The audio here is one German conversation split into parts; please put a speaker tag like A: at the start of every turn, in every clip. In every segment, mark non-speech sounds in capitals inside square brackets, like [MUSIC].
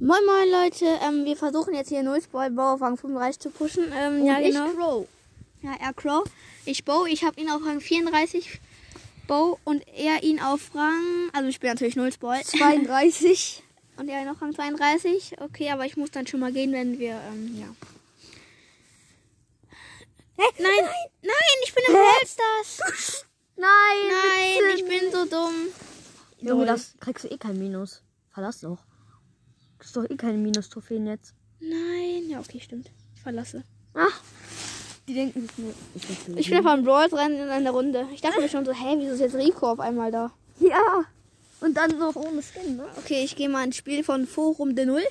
A: Moin moin Leute, ähm, wir versuchen jetzt hier null Spoil Bow auf Rang 35 zu pushen. Ähm,
B: Und
A: ja,
B: ich
A: genau.
B: Crow.
A: Ja, er Crow. Ich Bow, ich habe ihn auf Rang 34 Bow und er ihn auf Rang, also ich spiele natürlich null Spoil
B: 32.
A: [LAUGHS] und er ihn auf Rang 32. Okay, aber ich muss dann schon mal gehen, wenn wir ähm, ja. Nein, nein, ich bin im
B: Hä?
A: [LAUGHS] Rollstars.
B: Nein,
A: Nein, ich bin so dumm.
B: Junge,
A: Lol.
B: das kriegst du eh kein Minus. Verlass doch. Kriegst doch eh keine Minus-Trophäen jetzt.
A: Nein, ja okay, stimmt. Ich verlasse.
B: Ach. Die denken nicht mehr. Ich bin blöd.
A: Ich bin einfach im Brawl dran in einer Runde. Ich dachte mir schon so, hä, wieso ist jetzt Rico auf einmal da?
B: Ja. Und dann noch ohne Skin, ne?
A: Okay, ich gehe mal ins Spiel von Forum de Null.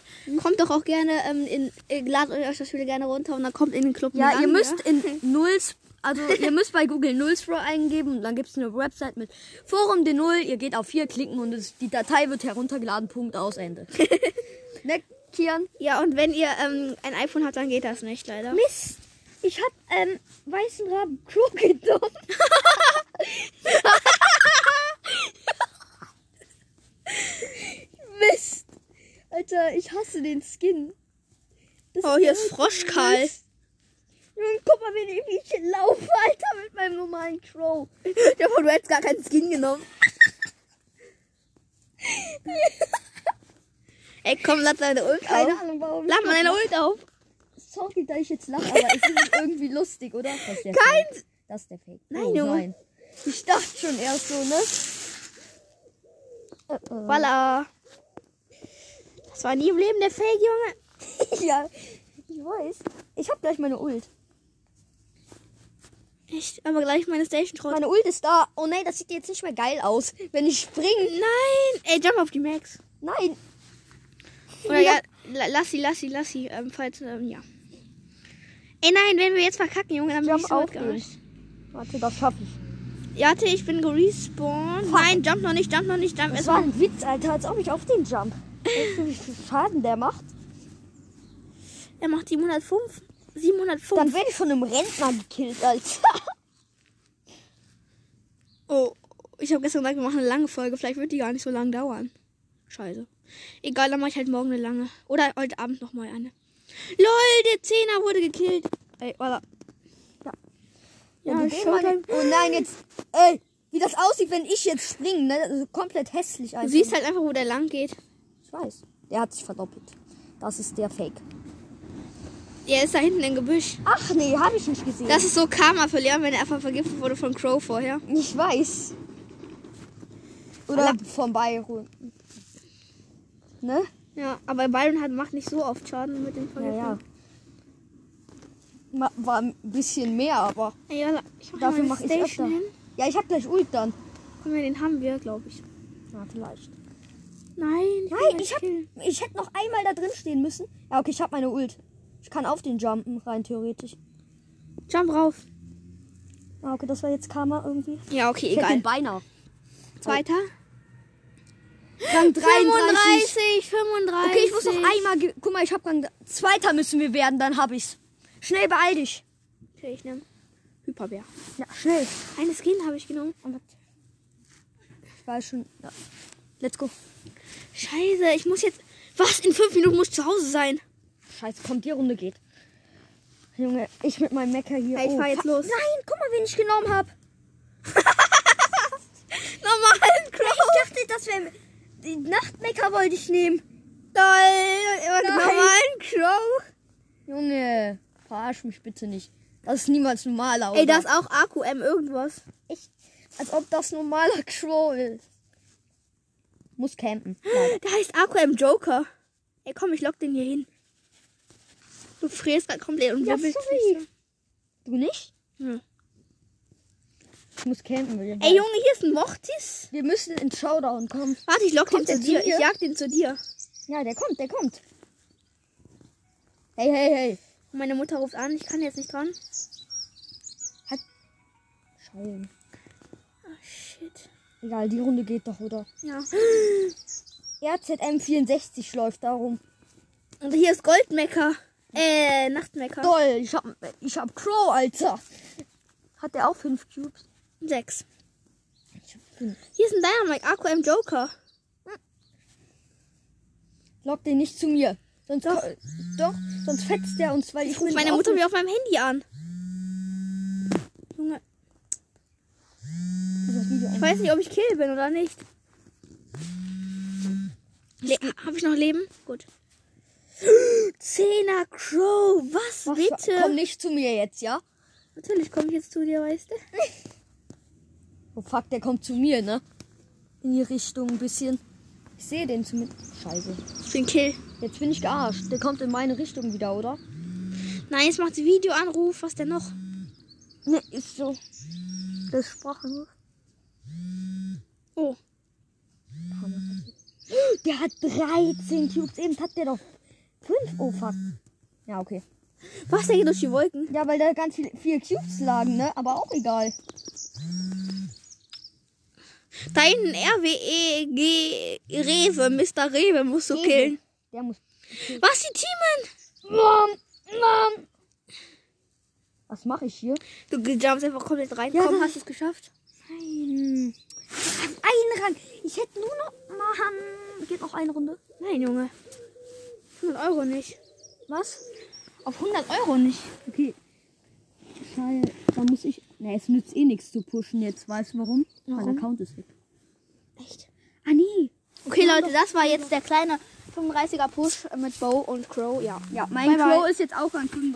A: Kommt doch auch gerne ähm, in, äh, ladet euch das Spiel gerne runter und dann kommt in den Club.
B: Ja,
A: mit
B: ihr
A: an,
B: müsst
A: ja?
B: in [LAUGHS] Nulls, also ihr müsst bei Google Nullsrow eingeben und dann gibt's eine Website mit Forum de Null. Ihr geht auf hier klicken und es, die Datei wird heruntergeladen. Punkt aus Ende. [LAUGHS] ne, Kian?
A: Ja, und wenn ihr ähm, ein iPhone habt, dann geht das nicht, leider.
B: Mist! Ich hab ähm, weißen Raben Crow genommen. Mist! Alter, ich hasse den Skin. Das
A: Oh, hier ist
B: [LAUGHS]
A: Froschkarl.
B: Nun, guck mal, wie ich laufe, Alter, mit meinem normalen Crow.
A: Ja, aber du hättest gar keinen Skin genommen. [LAUGHS] Ey, komm, lad deine Ult
B: Keine
A: auf.
B: Ahnung, warum.
A: Lad mal deine Ult auf.
B: Sorry, da ich jetzt lache, aber ich finde es irgendwie lustig, oder? Das ist der
A: Kein-
B: Fake. Das ist der Fake. Oh,
A: Nein, Junge.
B: Ich dachte schon erst so, ne? Äh, äh.
A: Voila. Das war nie im Leben der Fake, Junge.
B: Ja, ich weiß. Ich hab gleich meine Ult.
A: Echt, aber gleich meine Station trotzdem.
B: Meine Ult ist da. Oh nein, das sieht jetzt nicht mehr geil aus. Wenn ich springe.
A: Nein! Ey, jump auf die Max.
B: Nein.
A: Oder ja, la- lass sie, lass sie, lass sie. Ähm, falls, ähm, ja. Ey, nein, wenn wir jetzt verkacken, Junge, dann bin
B: Jump
A: ich so
B: auf den.
A: gereicht.
B: Warte, das schaff ich.
A: Ja, warte, ich bin gerespawnt. Nein, jump noch nicht, jump noch nicht, jump.
B: Das
A: Es
B: war ein Witz, Alter. Als ob ich auf den Jump. Weißt du, wie viel Schaden der macht?
A: er macht 705. 705.
B: Dann werde ich von einem Rentner gekillt, Alter. [LAUGHS]
A: oh, ich habe gestern gesagt, wir machen eine lange Folge. Vielleicht wird die gar nicht so lang dauern. Scheiße. Egal, dann mache ich halt morgen eine lange. Oder heute Abend nochmal eine. LOL, der Zehner wurde gekillt. Ey, voilà. Ja,
B: die
A: ich
B: gehen mal
A: schau
B: hin. Oh nein, jetzt. Ey, wie das aussieht, wenn ich jetzt springe, ne? Also komplett hässlich, Alter.
A: Du siehst halt einfach, wo der lang geht.
B: Ich weiß. Der hat sich verdoppelt. Das ist der Fake.
A: Er ist da hinten im Gebüsch.
B: Ach nee, habe ich nicht gesehen.
A: Das ist so Karma für Leon, wenn er einfach vergiftet wurde von Crow vorher.
B: Ich weiß. Oder vom Beirut. Ne?
A: Ja, aber Byron hat, macht nicht so oft Schaden mit dem Vergiften.
B: Naja. Ma- War ein bisschen mehr, aber.
A: Ey, Jalla, ich mach
B: Dafür
A: Dafür
B: mach
A: mache
B: ich
A: ich
B: öfter.
A: Station hin.
B: Ja, ich hab gleich Ult dann.
A: Komm, ja, den haben wir, glaube ich.
B: Na, vielleicht.
A: Nein, ich,
B: Nein, ich hab. Ich hätte noch einmal da drin stehen müssen. Ja, okay, ich hab meine Ult. Ich kann auf den jumpen, rein theoretisch.
A: Jump rauf.
B: Ah, okay, das war jetzt Karma irgendwie.
A: Ja, okay, egal.
B: Beinahe.
A: Zweiter.
B: Rang 33.
A: 35, 35.
B: Okay, ich muss noch einmal. ge- Guck mal, ich hab Rang. Zweiter müssen wir werden, dann hab ich's. Schnell, beeil dich.
A: Okay, ich nehme Hyperbär.
B: Ja, schnell.
A: Eine Skin habe ich genommen.
B: Ich weiß schon. Ja. Let's go.
A: Scheiße, ich muss jetzt... Was? In fünf Minuten muss ich zu Hause sein.
B: Scheiße, kommt die Runde geht. Junge, ich mit meinem Mecker hier.
A: Ey, ich fahr jetzt
B: fa-
A: los.
B: Nein, guck mal, wen ich genommen habe.
A: [LAUGHS] Normalen Crow.
B: Ich dachte, das wäre die Nachtmecker wollte ich nehmen.
A: Lol, normalen Crow.
B: Junge, verarsch mich bitte nicht. Das ist niemals normaler.
A: Ey, da ist auch AQM irgendwas.
B: echt, als ob das normaler Crow ist. Muss campen. leider.
A: Der heißt AQM Joker. Ey, komm, ich lock den hier hin. Du frierst gerade komplett und
B: Ja,
A: wirbelst
B: sorry.
A: dich
B: Du nicht?
A: so. Ja.
B: Ich muss campen. William.
A: Ey, Junge, hier ist ein Mortis.
B: Wir müssen ins Showdown kommen.
A: Warte, ich lock
B: Kommt
A: den zu
B: der
A: dir.
B: zu dir?
A: Ich jag den zu dir.
B: Ja, der kommt, der kommt. Hey, hey, hey.
A: Und meine Mutter ruft an, ich kann jetzt nicht dran.
B: Schauen.
A: Ah, shit.
B: Egal, die Runde geht doch, oder?
A: Ja.
B: RZM64 läuft darum.
A: Und hier ist Goldmecker. Äh, Nachtmecker.
B: Toll, ich hab, ich hab Crow, Alter. Hat der auch 5 Cubes?
A: Um Sechs.
B: Ich hab 5.
A: Hier ist ein Dynamite AQM Joker.
B: Lock den nicht zu mir. Sonst doch, doch sonst fetzt der uns, weil ich
A: Ruft
B: bin
A: meine
B: auch
A: Mutter
B: nicht-
A: mir auf meinem Handy an. Junge,
B: das Video
A: ich
B: an.
A: weiß nicht, ob ich kill bin oder nicht. Le hab ich noch Leben? Gut. Zehner Crow, was,
B: Was für-
A: bitte?
B: Komm nicht zu mir jetzt, ja?
A: Natürlich komme ich jetzt zu dir, weißt du?
B: Oh fuck, der kommt zu mir, ne? In die Richtung ein bisschen. Ich sehe den zumindest. Scheiße.
A: Ich bin Kill.
B: Jetzt bin ich gearscht. Der kommt in meine Richtung wieder, oder?
A: Nein, jetzt macht sie Videoanruf, was denn noch?
B: Ne, ist so. Das Sprachanruf.
A: Oh,
B: Der hat 13 Cubes. Eben hat der doch 5. Oh fuck. Ja, okay.
A: was, der geht durch die Wolken?
B: Ja, weil da ganz viel, viel Cubes lagen, ne? Aber auch egal.
A: Da hinten RWEG E Rewe, Mr. Rewe musst du killen.
B: Der muss.
A: Was, die Teamen?
B: Mom! Mom! Was mache ich hier?
A: Du jumpst einfach komplett rein.
B: Ja,
A: Komm,
B: das-
A: hast du es geschafft?
B: Nein. Ein Rang. Ich hätte nur noch. Mann. Geht noch eine Runde.
A: Nein, Junge. 100 Euro nicht.
B: Was?
A: Auf 100 Euro nicht.
B: Okay. Scheiße. Da muss ich. Ne, es nützt eh nichts zu pushen jetzt. Weißt du warum?
A: Warum?
B: Mein Account ist weg.
A: Echt?
B: Ah, nee.
A: Okay, Leute, das war jetzt der kleine 35er Push mit Bow und Crow. Ja.
B: Ja, mein
A: Bye, bye.
B: ist jetzt auch an 35.